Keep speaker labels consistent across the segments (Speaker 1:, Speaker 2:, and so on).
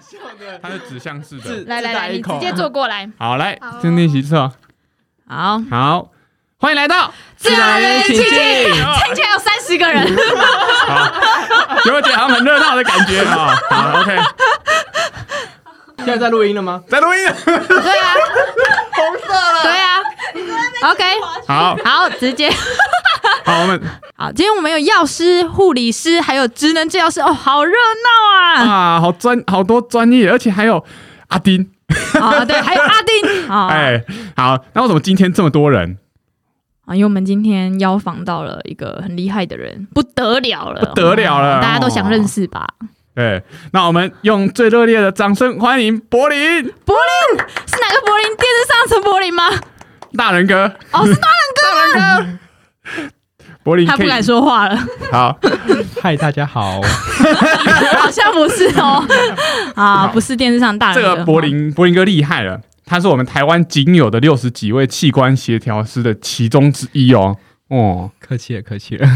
Speaker 1: 笑的。
Speaker 2: 它是指向式
Speaker 1: 自
Speaker 2: 的。
Speaker 3: 来来来，
Speaker 1: 自带
Speaker 3: 你
Speaker 1: 一口
Speaker 2: 啊
Speaker 3: 直接坐过来。
Speaker 2: 好，来
Speaker 3: 好，
Speaker 2: 先练习一次哦。
Speaker 3: 好，
Speaker 2: 好，欢迎来到
Speaker 3: 自然人
Speaker 2: 人
Speaker 3: 请进听起来有三十个人。
Speaker 2: 有姐好像很热闹的感觉啊。好，OK，
Speaker 1: 现在在录音了吗？
Speaker 2: 在录音。
Speaker 3: 对啊，
Speaker 1: 红色了。
Speaker 3: 对啊。OK，
Speaker 2: 好
Speaker 3: 好，直接
Speaker 2: 好，我们
Speaker 3: 好。今天我们有药师、护理师，还有职能治疗师，哦，好热 闹啊！
Speaker 2: 啊，好专，好多专业，而且还有阿丁。
Speaker 3: 啊，对，还有阿丁啊。
Speaker 2: 哎，好，那为什么今天这么多人？
Speaker 3: 啊，因为我们今天邀访到了一个很厉害的人，不得了了，
Speaker 2: 不得了了哦
Speaker 3: 哦大家都想认识吧？
Speaker 2: 对，哎那我们用最热烈的掌声欢迎柏林
Speaker 3: 柏林是哪个柏林？电视上层柏林吗？
Speaker 2: 大人哥。
Speaker 3: 哦，是大
Speaker 2: 大人哥，柏林
Speaker 3: 他
Speaker 2: 可
Speaker 3: 不
Speaker 2: 以
Speaker 3: 敢 说话了，
Speaker 2: 好，
Speaker 1: 嗨，大家好。
Speaker 3: 好像不是 哦，啊，不是电视上大
Speaker 2: 这
Speaker 3: 人
Speaker 2: 个柏林柏林哥厉害了，他是我们台湾仅有的六十几位器官协调师的其中之一哦。哦，
Speaker 1: 客气了，客气了。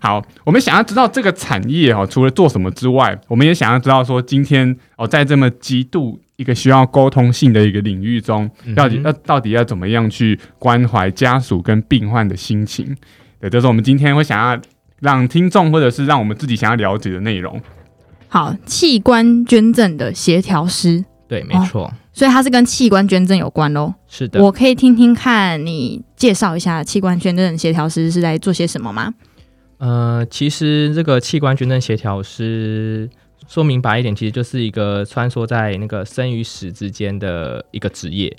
Speaker 2: 好，我们想要知道这个产业哦，除了做什么之外，我们也想要知道说，今天哦，在这么极度一个需要沟通性的一个领域中，到底
Speaker 1: 嗯哼
Speaker 2: 要到底要怎么样去关怀家属跟病患的心情？对，这是我们今天会想要让听众或者是让我们自己想要了解的内容。
Speaker 3: 好器官捐赠的协调师，
Speaker 1: 对，没错，
Speaker 3: 所以他是跟器官捐赠有关喽。
Speaker 1: 是的。
Speaker 3: 我可以听听看你介绍一下器官捐赠协调师是在做些什么吗？
Speaker 4: 呃，其实这个器官捐赠协调师说明白一点，其实就是一个穿梭在那个生与死之间的一个职业。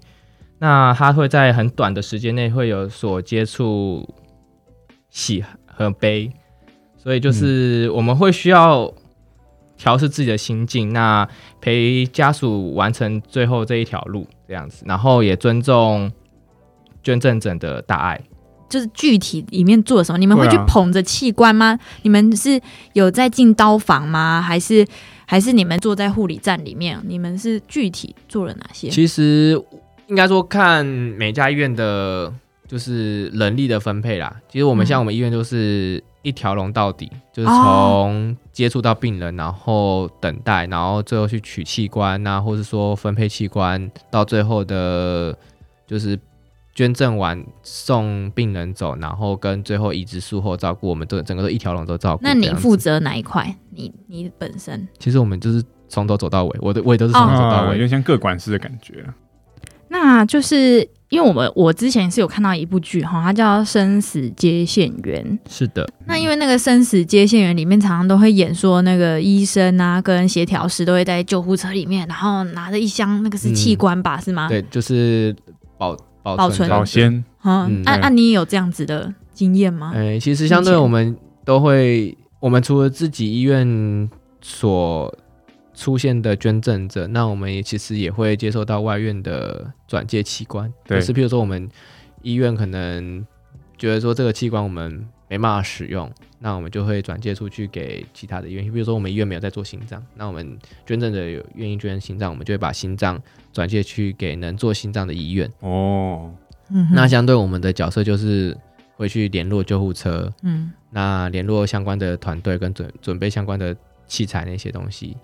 Speaker 4: 那他会在很短的时间内会有所接触喜和悲，所以就是我们会需要调试自己的心境，那陪家属完成最后这一条路这样子，然后也尊重捐赠者的大爱。
Speaker 3: 就是具体里面做了什么？你们会去
Speaker 2: 对啊
Speaker 3: 捧着器官吗？你们是有在进刀房吗？还是还是你们坐在护理站里面？你们是具体做了哪些？
Speaker 4: 其实应该说看每家医院的，就是人力的分配啦。其实我们
Speaker 3: 嗯
Speaker 4: 像我们医院就是一条龙到底，就是
Speaker 3: 哦
Speaker 4: 从接触到病人，然后等待，然后最后去取器官啊，或是说分配器官，到最后的，就是。捐赠完送病人走，然后跟最后移植术后照顾，我们都整个都一条龙都照顾这
Speaker 3: 那
Speaker 4: 样子。
Speaker 3: 你负责哪一块？你你本身？
Speaker 4: 其实我们就是从头走到尾，我的我也都是从
Speaker 3: 哦
Speaker 4: 头走到
Speaker 2: 啊有
Speaker 4: 尾。
Speaker 2: 点像各管事的感觉。
Speaker 3: 那就是因为我们我之前是有看到一部剧哈，它叫《生死接线员》。
Speaker 4: 是的，
Speaker 3: 那因为那个《生死接线员》里面常常都会演说，那个医生啊跟协调师都会在救护车里面，然后拿着一箱那个是器官吧，是吗？
Speaker 4: 嗯对，就是保保
Speaker 3: 啊保存
Speaker 4: 存这样
Speaker 2: 保
Speaker 4: 子
Speaker 2: 鲜
Speaker 3: 嗯
Speaker 4: 嗯，
Speaker 3: 那
Speaker 2: 对
Speaker 3: 那你有这样子的经验吗？
Speaker 4: 哎、其实相
Speaker 3: 以
Speaker 4: 对
Speaker 3: 前
Speaker 4: 我们都会，我们除了自己医院所出现的捐赠者，那我们也其实也会接受到外院的转介器官，
Speaker 2: 对
Speaker 4: 就是譬如说我们医院可能觉得说这个器官我们没办法使用，那我们就会转介出去给其他的医院，比如说我们医院没有在做心脏，那我们捐赠者有愿意捐心脏，我们就会把心脏转介去给能做心脏的医院。
Speaker 2: 哦，
Speaker 3: 嗯哼
Speaker 4: 哎那相对我们的角色就是会去联络救护车，
Speaker 3: 嗯，
Speaker 4: 那联络相关的团队跟准准备相关的器材那些东西，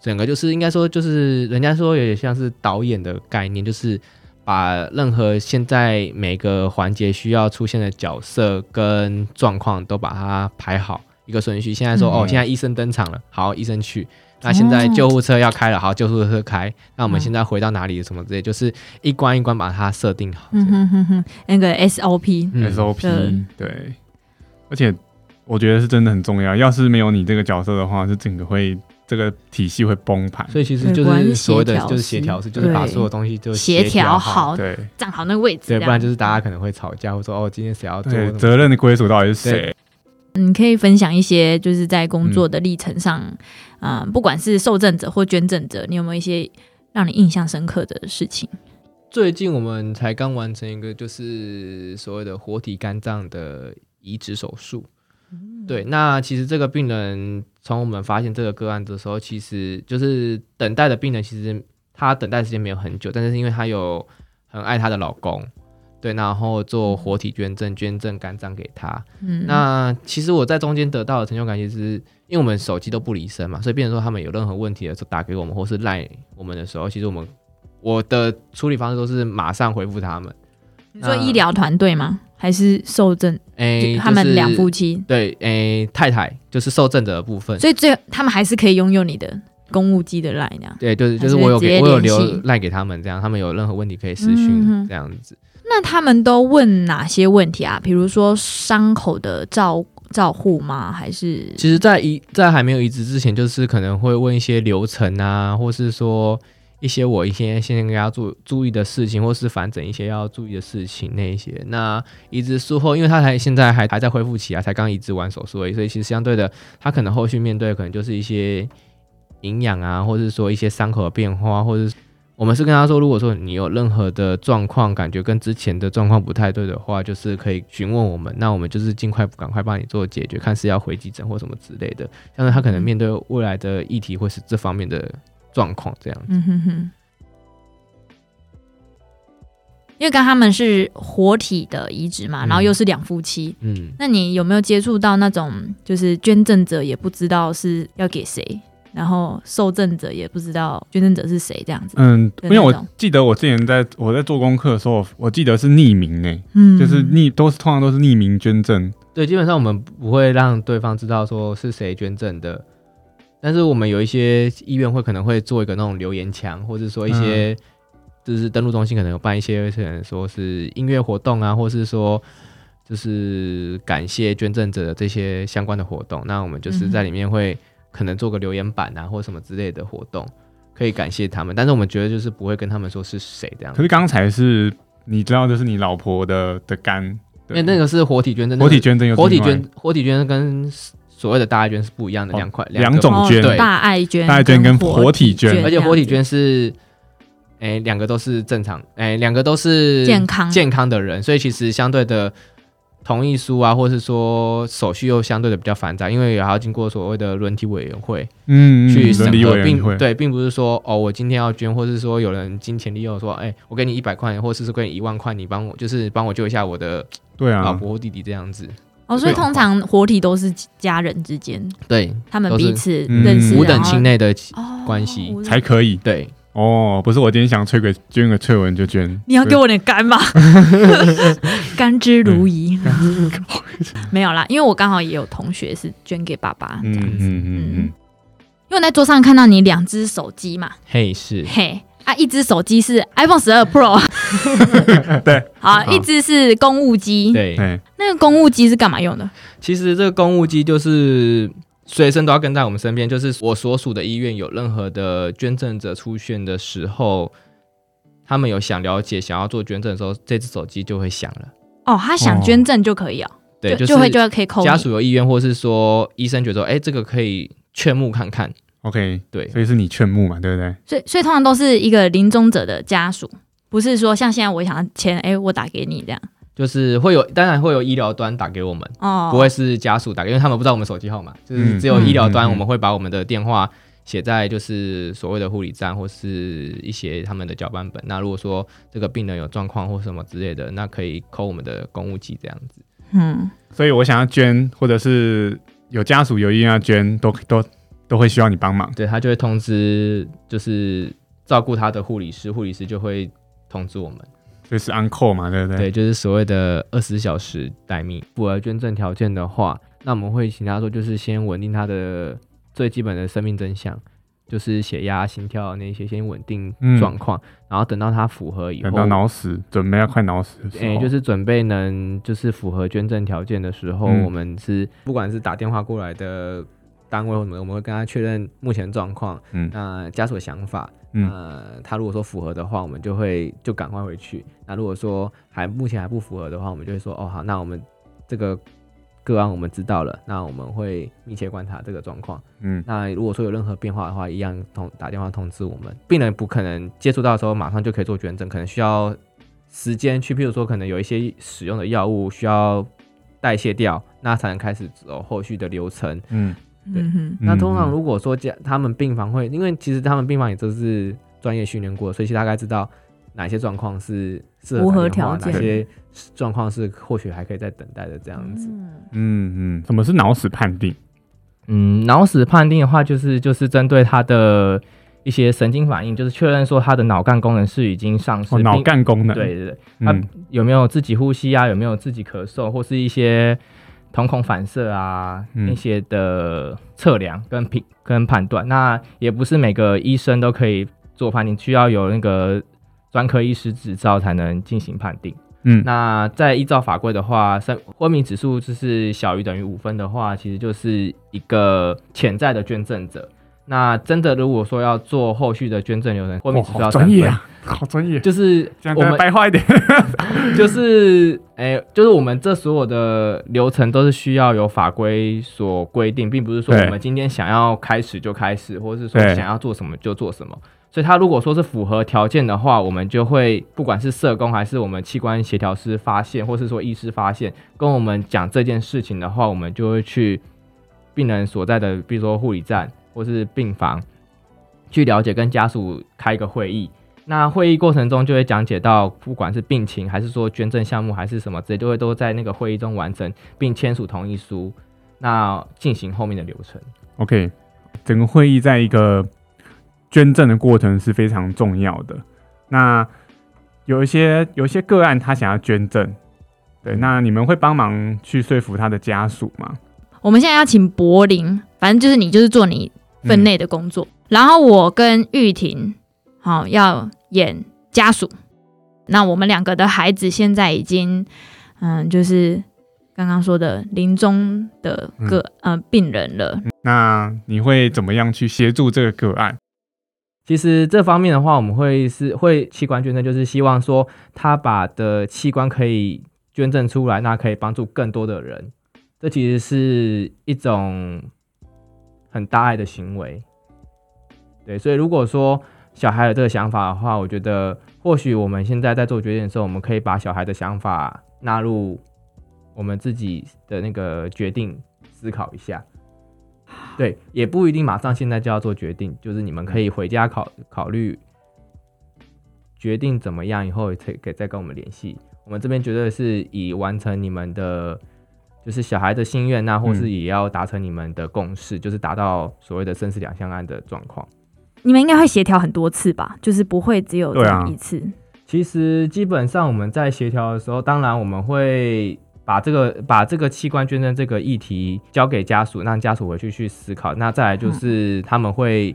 Speaker 4: 整个就是应该说就是人家说有点像是导演的概念，就是把任何现在每个环节需要出现的角色跟状况都把它排好一个顺序。现在说、
Speaker 2: 嗯
Speaker 4: 哦，现在医生登场了，好，医生去。那现在救护车要开了，好，救护车开。那我们
Speaker 3: 哦嗯
Speaker 4: 现在回到哪里？什么之类，就是一关一关把它设定好。
Speaker 3: 嗯哼哼哼，那个 SOP，
Speaker 4: 嗯
Speaker 2: SOP 对，而且我觉得是真的很重要。要是没有你这个角色的话，是整个会这个体系会崩盘。
Speaker 4: 所以其实
Speaker 3: 对
Speaker 4: 就
Speaker 3: 果然是
Speaker 4: 是所
Speaker 3: 协
Speaker 4: 谓
Speaker 3: 嗯
Speaker 4: 的
Speaker 3: 调
Speaker 4: 就是
Speaker 3: 师
Speaker 4: 协调师，就是把
Speaker 3: 对
Speaker 4: 所有东西就
Speaker 3: 协调
Speaker 4: 调
Speaker 3: 好，
Speaker 2: 对
Speaker 3: 站好那个位置，这
Speaker 4: 对，不
Speaker 3: 样
Speaker 4: 然就是大家可能会吵架，或说哦，今天谁要做
Speaker 2: 对，
Speaker 4: 什么
Speaker 2: 责任的归属到底是谁？
Speaker 3: 嗯你可以分享一些就是在工作的历程上，嗯、不管是受赠者或捐赠者，你有没有一些让你印象深刻的事情？
Speaker 4: 最近我们才刚完成一个就是所谓的活体肝脏的移植手术。
Speaker 3: 嗯
Speaker 4: 对，那其实这个病人从我们发现这个个案的时候，其实就是等待的病人，其实他等待时间没有很久，但是因为他有很爱她的老公，对，然后做活体捐赠，捐赠肝脏给他。
Speaker 3: 嗯，
Speaker 4: 那其实我在中间得到的成就感，其实因为我们手机都不离身嘛，所以变成说他们有任何问题的时候打给我们，或是赖我们的时候，其实我们我的处理方式都是马上回复他们。
Speaker 3: 你说医疗团队吗？还是受赠？
Speaker 4: 诶，
Speaker 3: 就他们两
Speaker 4: 夫
Speaker 3: 夫妻，
Speaker 4: 哎对，诶，太太就是受赠者的部分。
Speaker 3: 所以最他们还是可以拥有你的公务机的 line 那样。
Speaker 4: 对，就是就
Speaker 3: 还
Speaker 4: 是
Speaker 3: 是
Speaker 4: 我有
Speaker 3: 直接
Speaker 4: 给我有
Speaker 3: 联系
Speaker 4: 留赖给他们，这样他们有任何问题可以私讯
Speaker 3: 嗯哼
Speaker 4: 这样子。
Speaker 3: 那他们都问哪些问题啊？比如说伤口的照照护吗？还是
Speaker 4: 其实，在移在还没有移植之前，就是可能会问一些流程啊，或是说一些我一些现在要注注意的事情，或是反诊一些要注意的事情那一些。那移植术后，因为他才现在还还在恢复期啊，才刚移植完手术而已，所以其实相对的，他可能后续面对可能就是一些营养啊，或是说一些伤口的变化，或者是我们是跟他说，如果说你有任何的状况，感觉跟之前的状况不太对的话，就是可以询问我们，那我们就是尽快赶快帮你做解决，看是要回急诊或什么之类的。像是他可能面对未来的议题会是这方面的状况这样。
Speaker 3: 嗯哼哼。因为刚他们是活体的移植嘛，
Speaker 4: 嗯
Speaker 3: 然后又是两夫妻，
Speaker 4: 嗯，
Speaker 3: 那你有没有接触到那种就是捐赠者也不知道是要给谁，然后受赠者也不知道捐赠者是谁这样子？
Speaker 2: 嗯，
Speaker 3: 的
Speaker 2: 因
Speaker 3: 那
Speaker 2: 为我
Speaker 3: 种
Speaker 2: 记得我之前在我在做功课的时候，我记得是匿名呢、
Speaker 3: 嗯，
Speaker 2: 就是匿都是通常都是匿名捐赠，
Speaker 4: 对，基本上我们不会让对方知道说是谁捐赠的，但是我们有一些医院会可能会做一个那种留言墙，或者说一
Speaker 2: 嗯
Speaker 4: 些、就是登录中心可能有办一些可能说是音乐活动啊，或是说就是感谢捐赠者的这些相关的活动，那我们
Speaker 2: 嗯
Speaker 4: 就是在里面会可能做个留言板啊，或什么之类的活动。可以感谢他们，但是我们觉得就是不会跟他们说是谁这样
Speaker 2: 可
Speaker 4: 子，
Speaker 2: 是刚才是你知道，就是你老婆的的肝，
Speaker 4: 因
Speaker 2: 对
Speaker 4: 为那个是活体捐赠，
Speaker 2: 活体捐赠又是
Speaker 4: 活体
Speaker 2: 另外
Speaker 4: 捐活体捐跟所谓的大爱捐是不一样的
Speaker 2: 哦
Speaker 4: 两块
Speaker 2: 两
Speaker 4: 个
Speaker 2: 种
Speaker 3: 哦
Speaker 2: 捐
Speaker 4: 对
Speaker 3: 大爱捐、
Speaker 2: 大爱捐跟
Speaker 3: 活
Speaker 2: 活体捐
Speaker 4: 而且活体
Speaker 3: 这样
Speaker 4: 捐是，哎、两个都是正常，哎、两个都
Speaker 3: 子
Speaker 4: 是
Speaker 3: 健康
Speaker 4: 健康的人，所以其实相对的同意书啊，或是说手续又相对的比较繁杂，因为也还要经过所谓的轮体委员会
Speaker 2: 嗯，嗯
Speaker 4: 去审
Speaker 2: 伦理
Speaker 4: 核，
Speaker 2: 委员
Speaker 4: 并
Speaker 2: 会，
Speaker 4: 对，并不是说哦，我今天要捐，或是说有人金钱利用说，哎、我给你一百块，或是说给你一万块，你帮我就是帮我救一下我的
Speaker 2: 对啊，
Speaker 4: 老婆或弟弟这样子，
Speaker 3: 哦，所以
Speaker 2: 对
Speaker 3: 通常活体都是家人之间，
Speaker 4: 对，
Speaker 3: 他们
Speaker 4: 都是
Speaker 3: 彼此
Speaker 2: 嗯
Speaker 3: 认识，
Speaker 2: 是
Speaker 4: 五
Speaker 3: 然
Speaker 4: 等
Speaker 3: 后
Speaker 4: 亲内的
Speaker 3: 哦
Speaker 4: 关系
Speaker 3: 五等
Speaker 2: 才可以
Speaker 4: 对。
Speaker 2: 哦。不是我今天想吹个捐个翠文就捐，
Speaker 3: 你要给我点 干吧，甘之如饴。
Speaker 2: 嗯
Speaker 3: 没有啦，因为我刚好也有同学是捐给爸爸，
Speaker 2: 嗯嗯嗯嗯，
Speaker 3: 因为我在桌上看到你两只手机嘛，
Speaker 4: 嘿、是，
Speaker 3: 嘿。啊，一只手机是 iPhone 十二 Pro，
Speaker 2: 对，
Speaker 3: 好，
Speaker 4: 好
Speaker 3: 一只是公务机。
Speaker 4: 对，
Speaker 2: 哎，
Speaker 3: 那个公务机是干嘛用的？
Speaker 4: 其实这个公务机就是随身都要跟在我们身边，就是我所属的医院有任何的捐赠者出现的时候，他们有想了解、想要做捐赠的时候，这只手机就会响了。
Speaker 3: 哦，他想捐赠就可以哦，
Speaker 4: 对，
Speaker 3: 就是会就可以扣你
Speaker 4: 家属有意愿，或是说医生觉得说，哎，这个可以劝募看看。
Speaker 2: OK，
Speaker 4: 对，
Speaker 2: 所以是你劝募嘛，对不对？
Speaker 3: 所以所以通常都是一个临终者的家属，不是说像现在我想要钱，哎、我打给你这样
Speaker 4: 就是会有，当然会有医疗端打给我们，
Speaker 3: 哦，
Speaker 4: 不会是家属打给，因为他们不知道我们手机号码，就是
Speaker 2: 嗯
Speaker 4: 只有医疗
Speaker 2: 嗯
Speaker 4: 端
Speaker 2: 嗯嗯
Speaker 4: 我们会把我们的电话写在就是所谓的护理站或是一些他们的交办本。那如果说这个病人有状况或什么之类的，那可以扣我们的公务机这样子。
Speaker 3: 嗯，
Speaker 2: 所以我想要捐，或者是有家属有意愿要捐，都都都会需要你帮忙。
Speaker 4: 对他就会通知就是照顾他的护理师，护理师就会通知我们。
Speaker 2: 就是 uncle 嘛，对不对？
Speaker 4: 对，就是所谓的二十小时待命。符合捐赠条件的话，那我们会请他说，就是先稳定他的最基本的生命真相，就是血压、心跳那些先稳定
Speaker 2: 嗯
Speaker 4: 状况，然后等到他符合以后
Speaker 2: 等，到脑死，准备要快脑死的哦时候，
Speaker 4: 诶、哦哎就是准备能就是符合捐赠条件的时候，
Speaker 2: 嗯
Speaker 4: 我们是不管是打电话过来的单位或什么，我们会跟他确认目前状况，
Speaker 2: 嗯
Speaker 4: 那家属的想法，
Speaker 2: 嗯
Speaker 4: 呃，他如果说符合的话，我们就会就赶快回去；那如果说还目前还不符合的话，我们就会说哦好，那我们这个个案我们知道了，那我们会密切观察这个状况。
Speaker 2: 嗯
Speaker 4: 那如果说有任何变化的话，一样通打电话通知我们。病人不可能接触到的时候马上就可以做捐赠，可能需要时间去，譬如说可能有一些使用的药物需要代谢掉，那才能开始走后续的流程。
Speaker 2: 嗯，
Speaker 4: 对
Speaker 3: 嗯哼，
Speaker 4: 那通
Speaker 2: 嗯
Speaker 4: 常如果说家他们病房会，因为其实他们病房也都是专业训练过，所以其实大概知道
Speaker 5: 哪些状况是适合
Speaker 3: 符合
Speaker 5: 打电话
Speaker 3: 条件
Speaker 5: 哪些状况是或许还可以再等待的这样子。
Speaker 3: 嗯，
Speaker 2: 嗯嗯，什么是脑死判定？
Speaker 4: 嗯，脑死判定的话，就是就是针对他的一些神经反应，就是确认说他的脑干功能是已经丧失，
Speaker 2: 哦，脑
Speaker 4: 并
Speaker 2: 干功能。
Speaker 4: 对对啊对，他、
Speaker 2: 嗯，
Speaker 4: 有没有自己呼吸啊？有没有自己咳嗽，或是一些瞳孔反射啊、
Speaker 2: 嗯
Speaker 4: 那些的测量跟评跟判断？那也不是每个医生都可以做判定，需要有那个专科医师执照才能进行判定。
Speaker 2: 嗯
Speaker 4: 那再依照法规的话，三昏迷指数就是小于等于五分的话，其实就是一个潜在的捐赠者。那真的如果说要做后续的捐赠流程，昏迷
Speaker 2: 哇，
Speaker 4: 指数要
Speaker 2: 好
Speaker 4: 三分
Speaker 2: 专业啊，好专业。
Speaker 4: 就是
Speaker 2: 这样
Speaker 4: 我
Speaker 2: 大家
Speaker 4: 们
Speaker 2: 白话一点。
Speaker 4: 就是诶、就是我们这所有的流程都是需要有法规所规定，并不是说
Speaker 2: 对
Speaker 4: 我们今天想要开始就开始，或是说
Speaker 2: 对
Speaker 4: 想要做什么就做什么。所以，他如果说是符合条件的话，我们就会不管是社工还是我们器官协调师发现，或是说医师发现，跟我们讲这件事情的话，我们就会去病人所在的，比如说护理站或是病房，去了解跟家属开一个会议。那会议过程中就会讲解到，不管是病情还是说捐赠项目还是什么之类，都会都在那个会议中完成，并签署同意书，那进行后面的流程。
Speaker 2: OK，整个会议在一个捐赠的过程是非常重要的。那有一些有一些个案，他想要捐赠，对，那你们会帮忙去说服他的家属吗？
Speaker 3: 我们现在要请柏林，反正就是你就是做你
Speaker 2: 嗯
Speaker 3: 分内的工作，然后我跟玉婷好、要演家属。那我们两个的孩子现在已经，嗯，就是刚刚说的临终的个、呃病人了，
Speaker 2: 那你会怎么样去协助这个个案？
Speaker 4: 其实这方面的话，我们会是会器官捐赠，就是希望说他把的器官可以捐赠出来，那可以帮助更多的人。这其实是一种很大爱的行为。对，所以如果说小孩有这个想法的话，我觉得或许我们现在在做决定的时候，我们可以把小孩的想法纳入我们自己的那个决定思考一下。对，也不一定马上现在就要做决定，就是你们可以回家考考虑，决定怎么样以后才可以再跟我们联系。我们这边绝对是以完成你们的，就是小孩的心愿、啊，那或是
Speaker 2: 嗯
Speaker 4: 也要达成你们的共识，就是达到所谓的生死两相安的状况。
Speaker 3: 你们应该会协调很多次吧？就是不会只有这样
Speaker 2: 对啊
Speaker 3: 一次。
Speaker 4: 其实基本上我们在协调的时候，当然我们会把这个把这个器官捐赠这个议题交给家属，让家属回去去思考。那再来就是他们会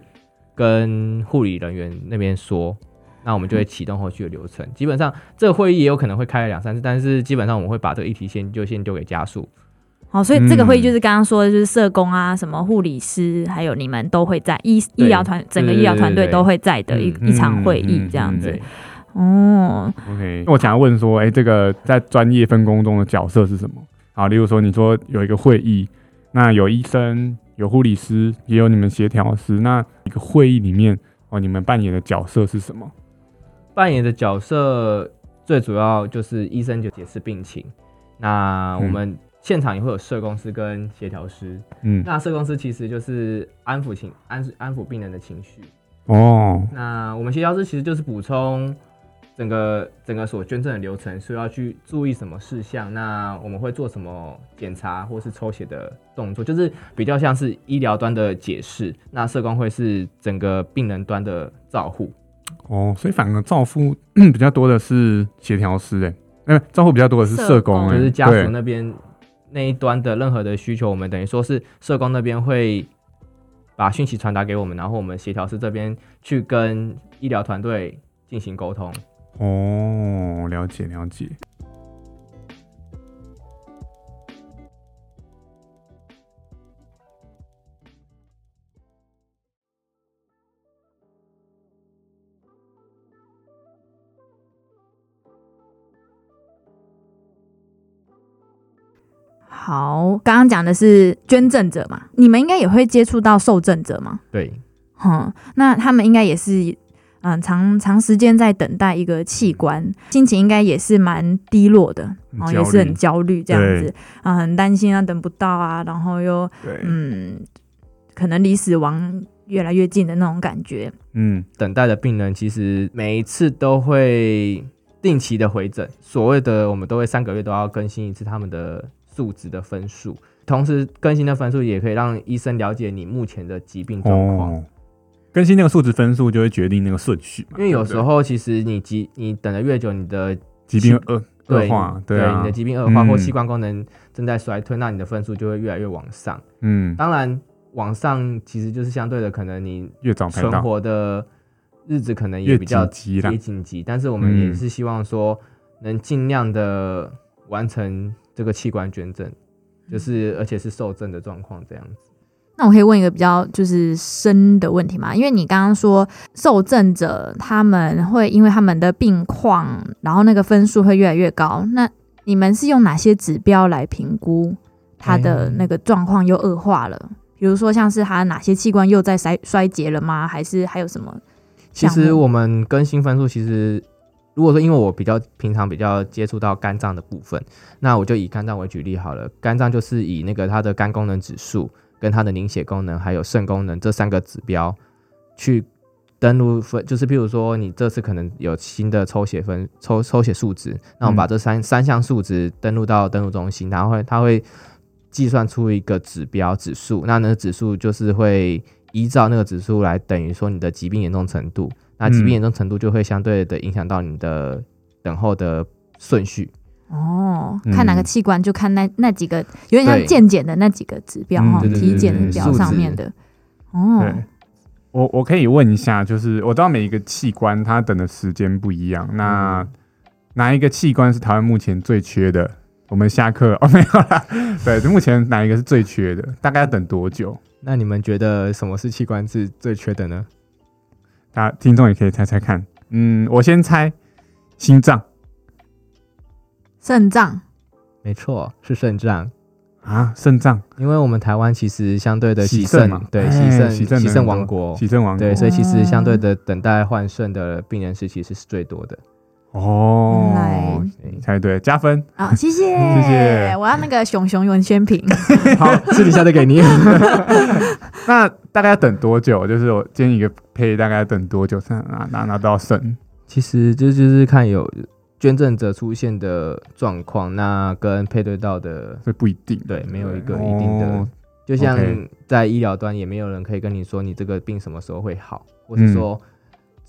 Speaker 4: 跟护理人员那边说，那我们就会启动后续的流程。基本上这个会议也有可能会开两三次，但是基本上我们会把这个议题先就先丢给家属。
Speaker 3: 好，所以这个会议
Speaker 2: 嗯
Speaker 3: 就是刚刚说的，就是社工啊、什么护理师，还有你们都会在医医
Speaker 4: 对
Speaker 3: 疗团整个医疗团队
Speaker 4: 对对对
Speaker 3: 都会在的一
Speaker 4: 嗯
Speaker 3: 一场会议这样子
Speaker 4: 对。，
Speaker 3: 哦，
Speaker 2: OK，那我想要问说，哎、这个在专业分工中的角色是什么？好，例如说，你说有一个会议，那有医生、有护理师，也有你们协调师。那一个会议里面，哦，你们扮演的角色是什么？
Speaker 4: 扮演的角色最主要啊就是医生就解释病情，那我们现场也会有社工师跟协调师。
Speaker 2: 嗯，
Speaker 4: 那社工师其实就是安抚情安安抚病人的情绪，
Speaker 2: 哦，
Speaker 4: 那我们协调师其实就是补充整个整个所捐赠的流程，需要去注意什么事项，那我们会做什么检查或是抽血的动作，就是比较像是医疗端的解释，那社工会是整个病人端的照护。
Speaker 2: 哦，所以反而照顾 比较多的是协调师、哎，那、照顾比较多的是社工、
Speaker 3: 社
Speaker 2: 哎，
Speaker 3: 工
Speaker 4: 就是家
Speaker 2: 对
Speaker 4: 属那边那一端的任何的需求，我们等于说是社工那边会把讯息传达给我们，然后我们协调师这边去跟医疗团队进行沟通。
Speaker 2: 哦，了解了解。
Speaker 3: 好，刚刚讲的是捐赠者嘛，你们应该也会接触到受赠者嘛？
Speaker 4: 对，
Speaker 3: 哼、那他们应该也是，嗯，长长时间在等待一个器官，心情应该也是蛮低落的，
Speaker 2: 很
Speaker 3: 然
Speaker 4: 嗯
Speaker 3: 后
Speaker 2: 焦
Speaker 3: 也是很
Speaker 2: 虑
Speaker 3: 焦虑这样
Speaker 2: 对
Speaker 3: 子，啊、很担心啊，等不到啊，然后又
Speaker 2: 对，
Speaker 3: 嗯，可能离死亡越来越近的那种感觉。
Speaker 2: 嗯，
Speaker 4: 等待的病人其实每一次都会定期的回诊，所谓的我们都会三个月都要更新一次他们的数值的分数，同时更新的分数也可以让医生了解你目前的疾病状况。
Speaker 2: 哦，更新那个数值分数就会决定那个顺序嘛，
Speaker 4: 因为有时
Speaker 2: 对不
Speaker 4: 候其实你疾你等的越久，你的
Speaker 2: 对疾病恶
Speaker 4: 对
Speaker 2: 恶化，
Speaker 4: 对
Speaker 2: 啊
Speaker 4: 你的，疾病恶化或
Speaker 2: 嗯
Speaker 4: 器官功能正在衰退，那你的分数就会越来越往上。
Speaker 2: 嗯，
Speaker 4: 当然，往上其实就是相对的，可能你
Speaker 2: 越早拍
Speaker 4: 存
Speaker 2: 到
Speaker 4: 活的日子可能也
Speaker 2: 越
Speaker 4: 比较
Speaker 2: 紧急啦
Speaker 4: 也，紧急，但是我们也
Speaker 2: 嗯
Speaker 4: 是希望说能尽量的完成这个器官捐赠，就是而且是受赠的状况这样子。
Speaker 3: 那我可以问一个比较就是深的问题吗？因为你刚刚说受赠者他们会因为他们的病况，然后那个分数会越来越高。那你们是用哪些指标来评估他的那个状况又恶化了？比如说像是他哪些器官又在衰衰竭了吗？还是还有什么
Speaker 4: 其
Speaker 3: 项目？
Speaker 4: 实我们更新分数，其实如果说因为我比较平常比较接触到肝脏的部分，那我就以肝脏为举例好了。肝脏就是以那个它的肝功能指数、跟它的凝血功能还有肾功能这三个指标去登录分，就是譬如说你这次可能有新的抽血分抽抽血数值，那
Speaker 3: 嗯
Speaker 4: 我们把这三、三项数值登录到登录中心，然后会它会计算出一个指标指数，那那个指数就是会依照那个指数来等于说你的疾病严重程度，那疾病
Speaker 2: 嗯
Speaker 4: 严重程度就会相对的影响到你的等候的顺序。
Speaker 3: 哦，
Speaker 2: 嗯
Speaker 3: 看哪个器官就看那那几个，有点像
Speaker 4: 对
Speaker 3: 健检的那几个指标
Speaker 2: 嗯
Speaker 3: 哈，
Speaker 2: 对
Speaker 4: 对
Speaker 3: 体
Speaker 4: 对
Speaker 3: 检
Speaker 4: 对
Speaker 3: 指标
Speaker 4: 数值
Speaker 3: 上面的。
Speaker 4: 嗯
Speaker 3: 哦，
Speaker 2: 对，我我可以问一下，就是我知道每一个器官它等的时间不一样，那
Speaker 4: 嗯
Speaker 2: 哪一个器官是台湾目前最缺的？我们下课哦，没有啦。对，目前哪一个是最缺的？大概要等多久？
Speaker 4: 那你们觉得什么是器官是最缺的呢？
Speaker 2: 大家听众也可以猜猜看。嗯，我先猜心脏
Speaker 3: 肾脏
Speaker 4: 没错，是肾脏。
Speaker 2: 啊，肾脏，
Speaker 4: 因为我们台湾其实相对的
Speaker 2: 洗
Speaker 4: 洗
Speaker 2: 肾
Speaker 4: 肾
Speaker 2: 嘛，
Speaker 4: 对
Speaker 2: 哎
Speaker 4: 洗肾
Speaker 2: 洗肾
Speaker 4: 洗
Speaker 2: 的
Speaker 4: 肾
Speaker 2: 很
Speaker 4: 王
Speaker 2: 多
Speaker 4: 国，
Speaker 2: 洗肾王国
Speaker 4: 哦对，所以其实相对的等待换肾的病人是其实是最多的。
Speaker 3: 原
Speaker 2: 哦
Speaker 3: 来，
Speaker 4: 对
Speaker 2: 猜对，加分。
Speaker 3: 好，谢 谢，
Speaker 2: 谢谢
Speaker 3: 我要那个熊熊文宣品，
Speaker 4: 好， 私底下再给你。
Speaker 2: 那大概要等多久？就是我建议一个配，大概要等多久才拿拿拿到肾？
Speaker 4: 其实这就是看有捐赠者出现的状况，那跟配对到的，
Speaker 2: 这不一定，
Speaker 4: 对没有一个
Speaker 2: 哦
Speaker 4: 一定的就像
Speaker 2: OK
Speaker 4: 在医疗端也没有人可以跟你说你这个病什么时候会好，或
Speaker 2: 嗯
Speaker 4: 是说。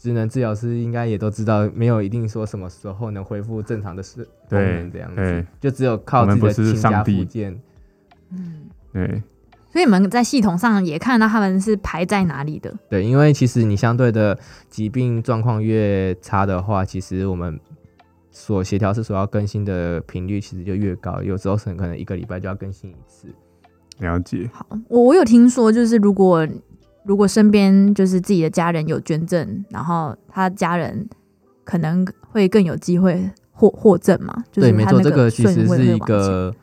Speaker 4: 职能治疗师应该也都知道，没有一定说什么时候能恢复正常的事功
Speaker 2: 对
Speaker 4: 能这样子，
Speaker 2: 对
Speaker 4: 就只有靠
Speaker 2: 我
Speaker 4: 自
Speaker 2: 们
Speaker 4: 己
Speaker 2: 不
Speaker 4: 的
Speaker 2: 是
Speaker 4: 勤加
Speaker 2: 上帝
Speaker 4: 复健，
Speaker 3: 嗯，
Speaker 2: 对，
Speaker 3: 所以你们在系统上也看到他们是排在哪里的，
Speaker 4: 对，因为其实你相对的疾病状况越差的话，其实我们所协调师所要更新的频率其实就越高，有时候可能一个礼拜就要更新一次。
Speaker 2: 了解，
Speaker 3: 好，我我有听说，就是如果如果身边就是自己的家人有捐赠，然后他家人可能会更有机会获获赠嘛，就是
Speaker 4: 对，没
Speaker 3: 他
Speaker 4: 错，
Speaker 3: 那
Speaker 4: 这
Speaker 3: 个
Speaker 4: 个其实
Speaker 3: 顺位
Speaker 4: 是
Speaker 3: 会
Speaker 4: 一
Speaker 3: 往前
Speaker 4: 个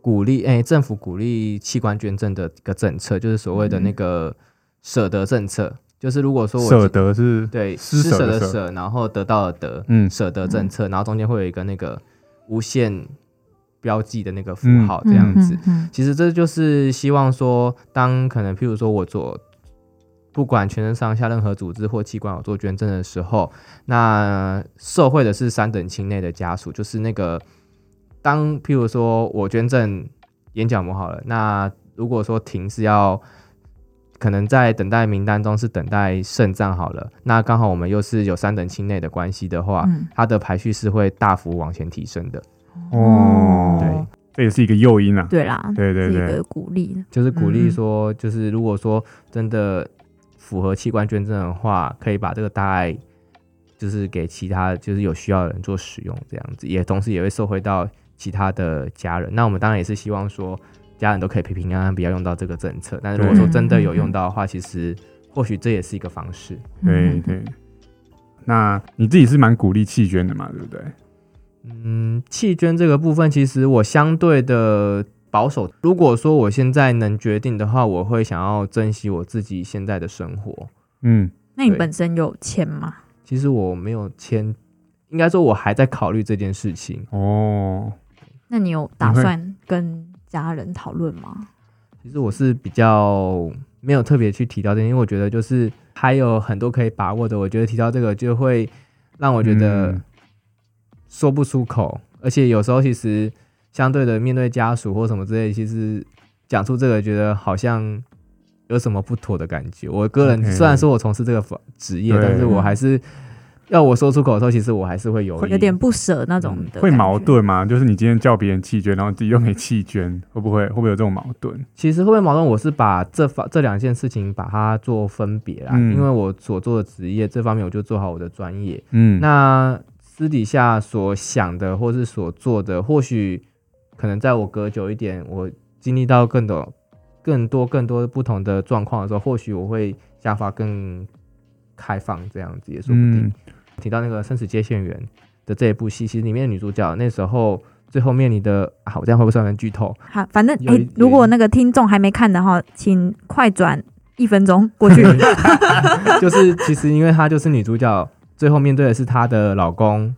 Speaker 4: 鼓励，哎、政府鼓励器官捐赠的一个政策，就是所谓的那
Speaker 3: 嗯
Speaker 4: 个舍得政策，就是如果说我
Speaker 2: 舍
Speaker 4: 今
Speaker 2: 得是，
Speaker 4: 对
Speaker 2: 施
Speaker 4: 施
Speaker 2: 舍
Speaker 4: 舍
Speaker 2: 的
Speaker 4: 的
Speaker 2: 舍
Speaker 4: 舍，然后得到的得，
Speaker 2: 嗯
Speaker 4: 舍得政策，然后中间会有一个那个无限标记的那个符
Speaker 2: 嗯
Speaker 4: 号这样
Speaker 3: 嗯
Speaker 4: 子。
Speaker 3: 嗯嗯
Speaker 4: 其实这就是希望说，当可能譬如说我做，不管全身上下任何组织或器官我做捐赠的时候，那呃受惠的是三等亲内的家属，就是那个当譬如说我捐赠眼角膜好了，那如果说停是要。可能在等待名单中是等待肾脏好了，那刚好我们又是有三等亲内的关系的话，
Speaker 3: 嗯
Speaker 4: 它的排序是会大幅往前提升的。
Speaker 2: 哦，
Speaker 4: 对，
Speaker 2: 这也是一个诱因啊，
Speaker 3: 对啦，
Speaker 2: 对对
Speaker 3: 是一
Speaker 2: 对
Speaker 3: 个鼓励，
Speaker 4: 就是鼓
Speaker 3: 嗯
Speaker 4: 励说，就是如果说真的符合器官捐赠的话，可以把这个大爱就是给其他就是有需要的人做使用，这样子也同时也会受惠到其他的家人。那我们当然也是希望说家人都可以平平安安，不要用到这个政策。但是如果说真的有用到的话，其实或许这也是一个方式。
Speaker 2: 对
Speaker 3: 嗯
Speaker 2: 对。那你自己是蛮鼓励弃捐的嘛，对不对？
Speaker 4: 嗯，弃捐这个部分，其实我相对的保守。如果说我现在能决定的话，我会想要珍惜我自己现在的生活。
Speaker 2: 嗯，
Speaker 3: 那你
Speaker 4: 对
Speaker 3: 本身有签吗？
Speaker 4: 其实我没有签，应该说我还在考虑这件事情。
Speaker 2: 哦，
Speaker 3: 那你有打
Speaker 2: 你会
Speaker 3: 算跟家人讨论吗？
Speaker 4: 其实我是比较没有特别去提到这个，因为我觉得就是还有很多可以把握的。我觉得提到这个就会让我觉得
Speaker 2: 嗯
Speaker 4: 说不出口，而且有时候其实相对的面对家属或什么之类，其实讲出这个觉得好像有什么不妥的感觉。我个人
Speaker 2: OK
Speaker 4: 虽然说我从事这个法职业，
Speaker 2: 对
Speaker 4: 但是我还是要我说出口的时候，其实我还是会犹豫，
Speaker 3: 有点不舍那种
Speaker 4: 嗯
Speaker 3: 的、
Speaker 2: 会矛。盾吗？就是你今天叫别人弃捐，然后自己又没弃捐，会不会会不会有这种矛盾？
Speaker 4: 其实会不会矛盾？我是把这方这两件事情把它做分别啦，
Speaker 2: 嗯
Speaker 4: 因为我所做的职业这方面，我就做好我的专业。
Speaker 2: 嗯，
Speaker 4: 那私底下所想的或是所做的，或许可能在我隔久一点，我经历到更多、更多、更多不同的状况的时候，或许我会想法更开放，这样子也说不定。
Speaker 2: 嗯
Speaker 4: 提到那个《生死接线员》的这一部戏，其实里面的女主角那时候最后面临的啊，我这样会不会算成剧透？
Speaker 3: 好，反正
Speaker 4: 有
Speaker 3: 哎、
Speaker 4: 一
Speaker 3: 如果那个听众还没看的话，请快转一分钟过 去。
Speaker 4: 就是其实因为她就是女主角，最后面对的是她的老公，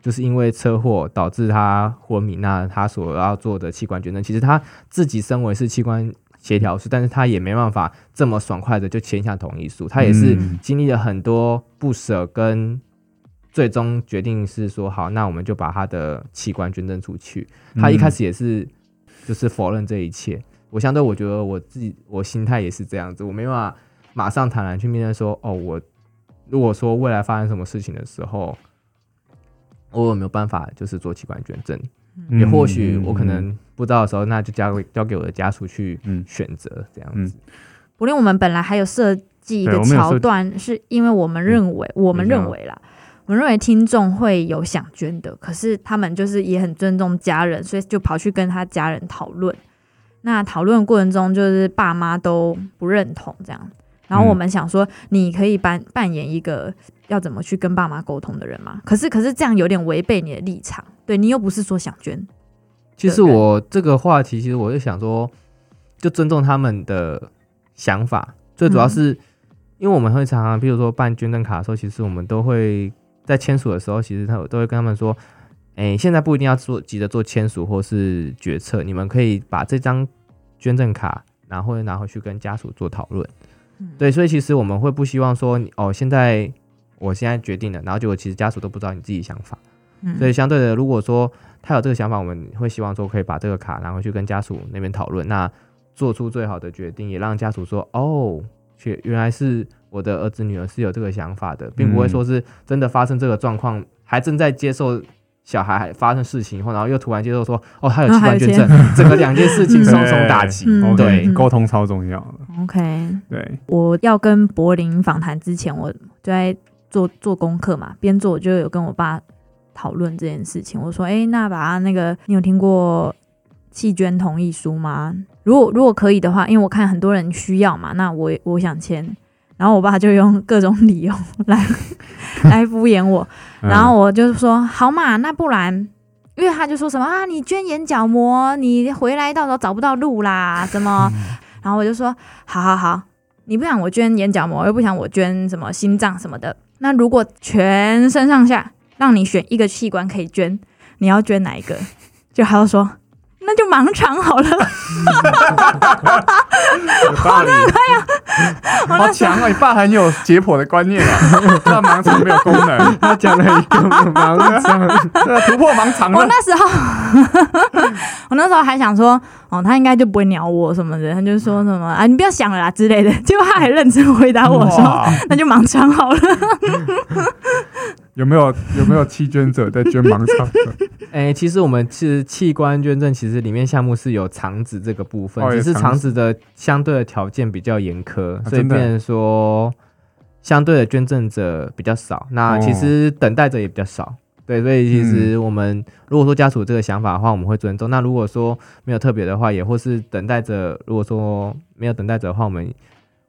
Speaker 4: 就是因为车祸导致她昏迷，那她所要做的器官捐赠，其实她自己身为是器官协调师，但是她也没办法这么爽快的就签下同意书，她也是
Speaker 2: 嗯
Speaker 4: 经历了很多不舍跟。最终决定是说好，那我们就把她的器官捐赠出去。
Speaker 2: 嗯
Speaker 4: 她一开始也是，就是否认这一切。我相对我觉得我自己我心态也是这样子，我没办法马上坦然去面对说，哦，我如果说未来发生什么事情的时候，我有没有办法就是做器官捐赠？
Speaker 2: 嗯
Speaker 4: 也或许我可能不知道的时候，那就交给交给我的家属去
Speaker 2: 嗯
Speaker 4: 选择这样子。
Speaker 3: 不论我们本来还有设计一
Speaker 2: 对
Speaker 3: 个
Speaker 2: 我们有设嗯
Speaker 3: 桥段，是因为我们认为，我们认为啦，我们认为听众会有想捐的，可是他们就是也很尊重家人，所以就跑去跟他家人讨论。那讨论过程中，就是爸妈都不认同这样。然后我们想说，你可以扮扮演一个要怎么去跟爸妈沟通的人嘛？可是可是这样有点违背你的立场，对你又不是说想捐，
Speaker 4: 其实我这个话题，其实我就想说，就尊重他们的想法。最主要是、因为我们会常常，比如说办捐赠卡的时候，其实我们都会在签署的时候，其实他都会跟他们说，哎、现在不一定要做急着做签署或是决策，你们可以把这张捐赠卡然后拿回去跟家属做讨论。
Speaker 3: 嗯
Speaker 4: 对，所以其实我们会不希望说你，哦，现在我现在决定了，然后结果其实家属都不知道你自己想法。
Speaker 3: 嗯
Speaker 4: 所以相对的，如果说他有这个想法，我们会希望说可以把这个卡拿回去跟家属那边讨论，那做出最好的决定，也让家属说哦，确原来是我的儿子女儿是有这个想法的，并
Speaker 3: 嗯
Speaker 4: 不会说是真的发生这个状况，还正在接受。小孩还发生事情以后，然后又突然接受说，哦，他有器
Speaker 3: 啊还
Speaker 4: 官
Speaker 3: 有
Speaker 4: 捐赠，整个两件事情双重打击。
Speaker 3: 嗯
Speaker 4: 对
Speaker 2: 对，沟通超重要的，
Speaker 3: OK，
Speaker 2: 对，
Speaker 3: 我要跟柏林访谈之前，我就在做做功课嘛，边做我就有跟我爸讨论这件事情。我说：“哎、那把它那个，你有听过弃捐同意书吗？如果如果可以的话，因为我看很多人需要嘛，那我也我想签。”然后我爸就用各种理由来 来敷衍我，
Speaker 2: 嗯
Speaker 3: 然后我就说：“好嘛，那不然。”因为他就说什么啊，你捐眼角膜，你回来到时候找不到路啦，什么？然后我就说，好好好，你不想我捐眼角膜，又不想我捐什么心脏什么的，那如果全身上下让你选一个器官可以捐，你要捐哪一个？就他就说，那就盲肠好了。
Speaker 2: 好的，好强啊！你爸很有解剖的观 念啊，知道盲肠没有功能，
Speaker 4: 他讲了一个盲 肠，
Speaker 2: 对啊，突破盲肠
Speaker 3: 我
Speaker 2: 了。
Speaker 3: 那时候， 我那时候还想说，哦，他应该就不会鸟我什么的，他就说什么啊，你不要想了啦之类的。 结果他还认真回答我说，
Speaker 2: 哇，
Speaker 3: 那就盲肠好了。
Speaker 2: 有没有有没有弃捐者在捐盲肠的？
Speaker 4: 哎、其实我们其实器官捐赠，其实里面项目是有肠子这个部分，
Speaker 2: 哦有
Speaker 4: 只是
Speaker 2: 肠
Speaker 4: 肠子啊的相对的条件比较严苛，所以
Speaker 2: 真的
Speaker 4: 变成说相对的捐赠者比较少，那其实等待者也比较少。对，所以其实我们如果说家属这个想法的话，我们会尊重；那如果说没有特别的话，也或是等待者，如果说没有等待者的话，我们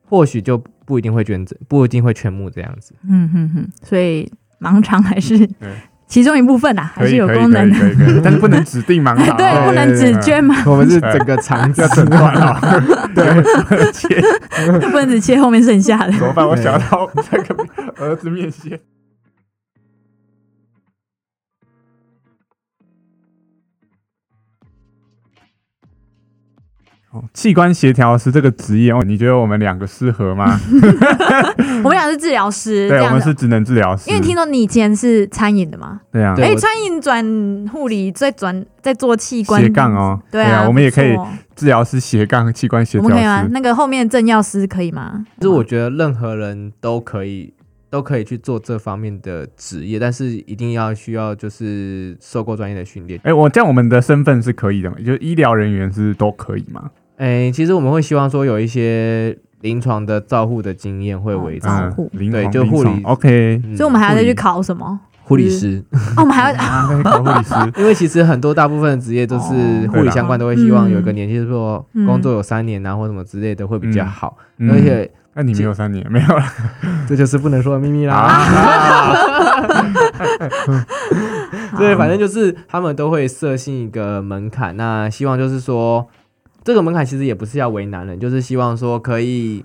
Speaker 4: 或许就不一定会捐赠，不一定会劝募这样子。
Speaker 3: 嗯哼哼，所以盲肠还是
Speaker 2: 对
Speaker 3: 其中一部分 啊啦，还
Speaker 2: 可
Speaker 3: 是
Speaker 2: 以
Speaker 3: 有
Speaker 2: 可以
Speaker 3: 功能
Speaker 2: 可以啊
Speaker 3: 的。
Speaker 2: 可以可以，但是不能指定哎盲肠，
Speaker 3: 对，不能只捐嘛，
Speaker 4: 我们是整 个肠子
Speaker 2: 要诊断啊。对，切
Speaker 3: 不能只切后面剩下的。
Speaker 2: 怎么办？我想到这个儿子面线。哦器官协调师这个职业，哦，你觉得我们两个适合 吗？
Speaker 3: 我们俩是治疗师，这
Speaker 2: 对，我
Speaker 3: 样
Speaker 2: 们
Speaker 3: 子
Speaker 2: 是。职能治疗师。
Speaker 3: 因为听说你以前是餐饮的嘛，
Speaker 2: 对啊，
Speaker 6: 对
Speaker 3: 哎，
Speaker 6: 我
Speaker 3: 餐饮转护理，再转再做器官
Speaker 2: 斜杠，哦，
Speaker 3: 对
Speaker 2: 啊，我们也可以
Speaker 3: 不错哦
Speaker 2: 治疗师斜杠器官协
Speaker 3: 我
Speaker 2: 调
Speaker 3: 们可以啊吗？
Speaker 2: 师。
Speaker 3: 那个后面政药师可以吗？
Speaker 4: 其实
Speaker 2: 嗯
Speaker 4: 我觉得任何人都可以都可以去做这方面的职业，但是一定要需要就是受过专业的训练。
Speaker 2: 哎，我这样我们的身份是可以的嘛？就是医疗人员是都可以嘛？
Speaker 4: 哎、其实我们会希望说有一些临床的照护的经验会维持，
Speaker 3: 照
Speaker 2: 嗯
Speaker 3: 护，
Speaker 2: 临
Speaker 4: 对
Speaker 2: 床
Speaker 4: 就
Speaker 2: 临
Speaker 4: 护
Speaker 2: 床
Speaker 4: 理
Speaker 2: OK，
Speaker 4: 嗯
Speaker 3: 所以我们还要再去考什么？
Speaker 4: 护理师，
Speaker 3: 哦，我们还要
Speaker 2: 啊，
Speaker 4: 嗯
Speaker 2: 那搞 护理师
Speaker 4: 因为其实很多大部分的职业都是
Speaker 3: 哦
Speaker 4: 护理相关，都会希望有一个
Speaker 3: 嗯
Speaker 4: 年纪，就是说
Speaker 3: 嗯
Speaker 4: 工作有三年啊或什么之类的会比较
Speaker 2: 嗯
Speaker 4: 好，
Speaker 2: 嗯
Speaker 4: 而且
Speaker 2: 那你没有三年没有了
Speaker 4: 这就是不能说的秘密啦。
Speaker 2: 啊？
Speaker 4: 对，反正就是他们都会设定一个门槛，那希望就是说，这个门槛其实也不是要为难人，就是希望说可以，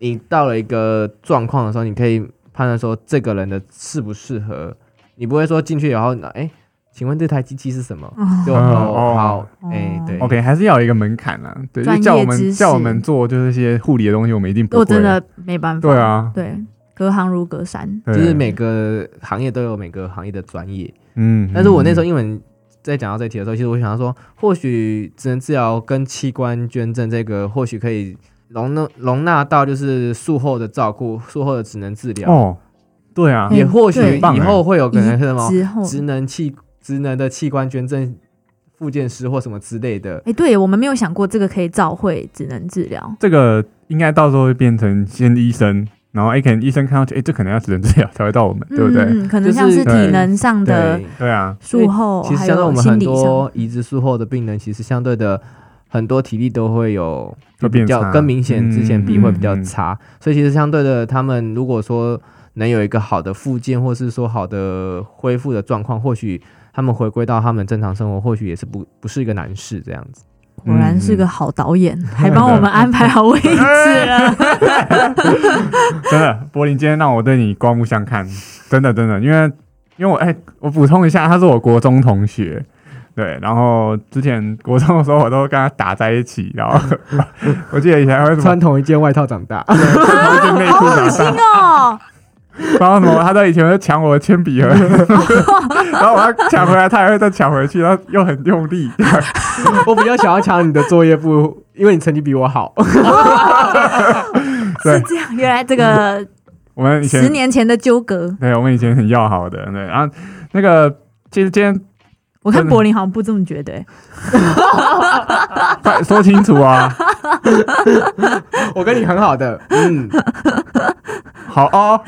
Speaker 4: 你到了一个状况的时候，你可以判断说这个人的适不适合，你不会说进去然后哎。诶请问这台机器是什么？ 就
Speaker 2: 哦
Speaker 4: 哦好，
Speaker 3: 哦
Speaker 4: 哎，对
Speaker 2: OK，还是要有一个门槛啊。对，就
Speaker 3: 专业
Speaker 2: 叫我
Speaker 3: 知
Speaker 2: 们
Speaker 3: 识
Speaker 2: 叫我们做就是一些护理的东西，我们一定不会。
Speaker 3: 哦我真的没办法。
Speaker 2: 对，啊，
Speaker 3: 对，隔行如隔山。
Speaker 2: 就
Speaker 4: 就是每个行业都有每个行业的专业，
Speaker 2: 嗯，
Speaker 4: 但是我那时候
Speaker 2: 嗯
Speaker 4: 英文在讲到这题的时候，其实我想要说，或许职能治疗跟器官捐赠这个，或许可以容纳容纳到就是术后的照顾、术后的职能治疗，
Speaker 2: 哦，对啊，
Speaker 4: 也或
Speaker 3: 嗯
Speaker 4: 许
Speaker 3: 对
Speaker 4: 以后会有可能是什么
Speaker 3: 之后，
Speaker 4: 职能器、职能的器官捐赠复健师或什么之类的。
Speaker 3: 哎，对我们没有想过这个可以照会只能治疗。
Speaker 2: 这个应该到时候会变成先医生，然后哎、可能医生看到觉得哎、这可能要只能治疗才会到我们，对不对？
Speaker 3: 嗯，嗯可能像是
Speaker 4: 就
Speaker 3: 体
Speaker 4: 是
Speaker 3: 能上的
Speaker 4: 对，
Speaker 2: 对啊，
Speaker 3: 术后，
Speaker 4: 其实
Speaker 3: 哦还
Speaker 4: 相对我
Speaker 3: 有
Speaker 4: 们
Speaker 3: 心
Speaker 4: 很
Speaker 3: 理上
Speaker 4: 多。移植术后的病人，其实相对的很多体力都会有
Speaker 2: 会
Speaker 4: 比
Speaker 2: 变
Speaker 4: 较
Speaker 2: 差
Speaker 4: 跟明显之前比
Speaker 3: 嗯
Speaker 4: 会比较
Speaker 2: 嗯
Speaker 4: 差，所以其实相对的，他们如果说能有一个好的复健，或是说好的恢复的状况，或许他们回归到他们正常生活，或许也是不不是一个难事这样子。
Speaker 3: 果然
Speaker 2: 嗯
Speaker 3: 是个好 导演，还帮我们安排好位置了。
Speaker 2: 真的，柏林今天让我对你刮目相看，真的真的，因为因为我哎、我补充一下，他是我国中同学。对，然后之前国中的时候，我都跟他打在一起，然后
Speaker 3: 嗯
Speaker 2: 我记得以前还会什么
Speaker 4: 同一件外套长 大，
Speaker 2: 同一件内裤长大，
Speaker 3: 哦，
Speaker 2: 然后什么，他在以前会抢我的铅 笔盒，然后我要抢回来，他还会再抢回去，然后又很用力，
Speaker 4: 我比较想要抢你的作业簿，因为你成绩比我好。
Speaker 3: 是这样。原来这个
Speaker 2: 我们 以前
Speaker 3: 十年前的纠葛，
Speaker 2: 对，我们以前很要好的，对，然后那个其实今天
Speaker 3: 我看柏林好像不这么觉得。欸
Speaker 2: 快说清楚啊，
Speaker 4: 我跟你很好的， 嗯，
Speaker 2: 好哦，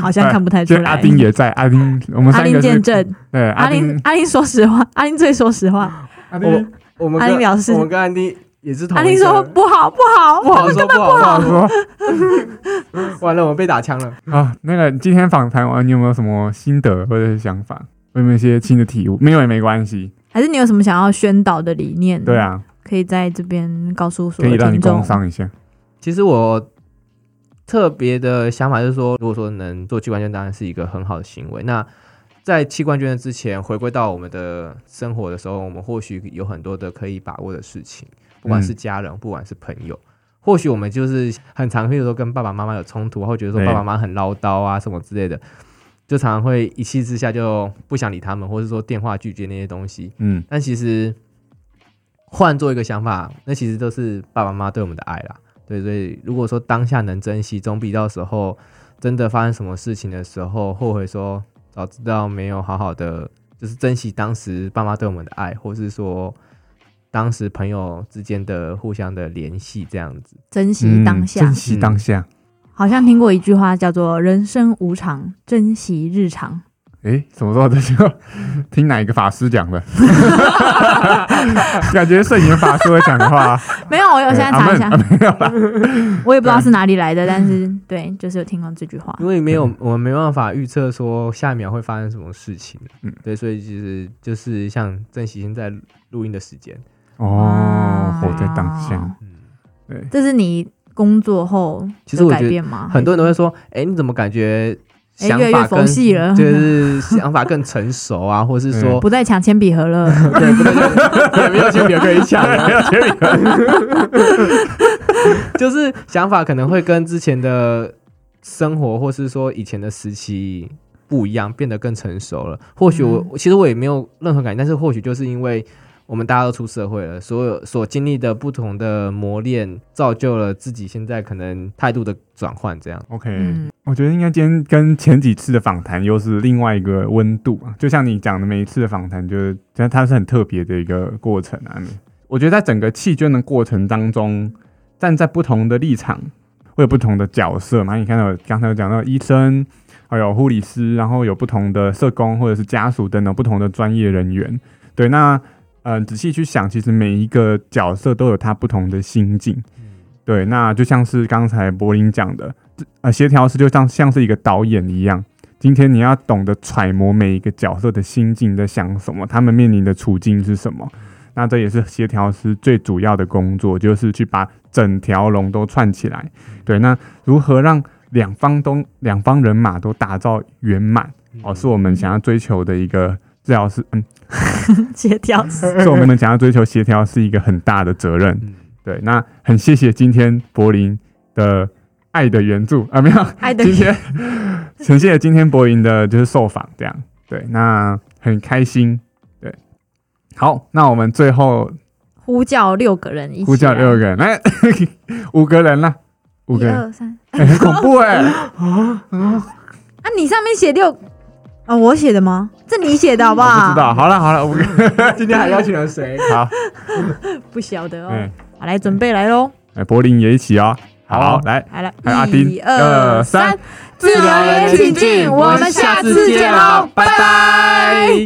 Speaker 3: 好像看不太出
Speaker 2: 今天
Speaker 3: 来。
Speaker 2: 哎阿丁也在，阿丁，我们
Speaker 3: 阿
Speaker 2: 三
Speaker 3: 林
Speaker 2: 个是
Speaker 3: 见，证，
Speaker 2: 对，阿
Speaker 3: 阿林
Speaker 2: 丁，
Speaker 3: 阿林说实话，阿林最说实话，
Speaker 2: 阿
Speaker 4: 我
Speaker 2: 丁，
Speaker 4: 我们
Speaker 3: 阿
Speaker 4: 跟
Speaker 3: 林表示
Speaker 4: 我们跟安迪也是同
Speaker 3: 阿
Speaker 4: 一
Speaker 3: 林
Speaker 4: 个
Speaker 3: 说不好不好
Speaker 4: 不，好说不好
Speaker 2: 我
Speaker 4: 说，
Speaker 2: 说
Speaker 4: 完了我被打枪了。
Speaker 2: 啊，那个今天访谈完，你有没有什么心得或者是想法？有没有一些新的体悟？没有也没关系，
Speaker 3: 还是你有什么想要宣导的理念？
Speaker 2: 对，啊，
Speaker 3: 可以在这边告诉所
Speaker 2: 可以
Speaker 3: 有
Speaker 2: 让你
Speaker 3: 听
Speaker 2: 工
Speaker 3: 众。
Speaker 2: 商一下，
Speaker 4: 其实我特别的想法就是说，如果说能做器官捐，当然是一个很好的行为。那在器官捐的之前，回归到我们的生活的时候，我们或许有很多的可以把握的事情，不管是家人，不管是朋友。或许我们就是很常会说跟爸爸妈妈有冲突，或觉得说
Speaker 2: 对
Speaker 4: 爸爸妈妈很唠叨啊什么之类的，就常常会一气之下就不想理他们，或是说电话拒绝那些东西。
Speaker 2: 嗯，
Speaker 4: 但其实换做一个想法，那其实都是爸爸妈妈对我们的爱啦。对，所以如果说当下能珍惜，总比到时候真的发生什么事情的时候后悔说早知道没有好好的，就是珍惜当时爸妈对我们的爱，或是说当时朋友之间的互相的联系这样子。
Speaker 3: 珍惜当
Speaker 2: 嗯
Speaker 3: 下
Speaker 2: 珍。惜当下。
Speaker 3: 好像听过一句话叫做“人生无常，珍惜日常
Speaker 2: 诶，什么时候这就听哪一个法师讲的？ 感觉圣严法师会讲的话。”。
Speaker 3: 没 有，我有
Speaker 2: 对
Speaker 3: 现在
Speaker 2: 阿
Speaker 3: 查
Speaker 2: 门
Speaker 3: 一下
Speaker 2: 啊，没有啦。
Speaker 3: 我也不知
Speaker 2: 啊
Speaker 3: 道是哪里来的，但是
Speaker 2: 嗯
Speaker 3: 对，就是有听过这句话
Speaker 4: 因。为没有，我们没办法预测说下一秒会发生什么事情。
Speaker 2: 嗯
Speaker 4: 对，所以其实就是像珍惜现在录音的时间。
Speaker 2: 哦，活在当下。
Speaker 3: 哇
Speaker 4: 嗯。
Speaker 2: 对，
Speaker 3: 这是你工作后
Speaker 4: 其实我
Speaker 3: 的改
Speaker 4: 觉得
Speaker 3: 变吗？
Speaker 4: 很多人都会说，哎、你怎么感觉
Speaker 7: 哎
Speaker 4: 想
Speaker 7: 越来越
Speaker 4: 法
Speaker 7: 佛
Speaker 4: 更
Speaker 7: 系了
Speaker 4: 就是想法更成熟啊，或是说
Speaker 7: 不再抢铅笔盒了。
Speaker 3: 嗯
Speaker 4: 对，不能也没有铅笔可以抢、啊，没有铅笔，就是想法可能会跟之前的生活，或是说以前的时期不一样，变得更成熟了。或许我、
Speaker 7: 嗯
Speaker 4: 其实我也没有任何感觉，但是或许就是因为我们大家都出社会了，所有所经历的不同的磨练，造就了自己现在可能态度的转换，这样。
Speaker 2: OK，、
Speaker 7: 嗯，
Speaker 2: 我觉得应该今天跟前几次的访谈又是另外一个温度啊，就像你讲的，每一次的访谈就是，它它是很特别的一个过程啊。你我觉得在整个弃捐的过程当中，站在不同的立场，会有不同的角色嘛。你看到刚才有讲到医生，还有护理师，然后有不同的社工或者是家属等等不同的专业人员。对，那呃，仔细去想，其实每一个角色都有他不同的心境。对，那就像是刚才柏林讲的，呃，协调师就像像是一个导演一样，今天你要懂得揣摩每一个角色的心境在想什么，他们面临的处境是什么。那这也是协调师最主要的工作，就是去把整条龙都串起来。对，那如何让两方都两方人马都打造圆满，
Speaker 4: 嗯
Speaker 2: 哦，是我们想要追求的一个治疗师，嗯，
Speaker 7: 协调师，
Speaker 2: 是我们想要追求协调是一个很大的责任。
Speaker 4: 嗯
Speaker 2: 对，那很谢谢今天柏林的爱的援助啊，没有，
Speaker 7: 爱的
Speaker 2: 今天很谢谢今天柏林的就是受访这样，对，那很开心，对，好，那我们最后
Speaker 7: 呼叫六个人一起来，
Speaker 2: 呼叫六个人，来 五个人啦，五
Speaker 7: 一
Speaker 2: 个人，
Speaker 7: 二三。
Speaker 2: 哎 很恐怖 哎、
Speaker 7: 啊，你上面写六，啊，我写的吗？这你写的好不
Speaker 2: 嗯我
Speaker 7: 好？
Speaker 2: 不知道，好了好了，五个，
Speaker 4: 今天还邀请了 谁？
Speaker 2: 好，
Speaker 7: 不晓得哦。
Speaker 2: 嗯，
Speaker 7: 好，来准备来喽，
Speaker 2: 哎，柏林也一起哦，好，来，
Speaker 7: 来了，
Speaker 2: 还有哎阿丁
Speaker 7: 一二
Speaker 2: 二三
Speaker 4: 哦
Speaker 7: 三，自由人请进，我们下次见喽，拜拜。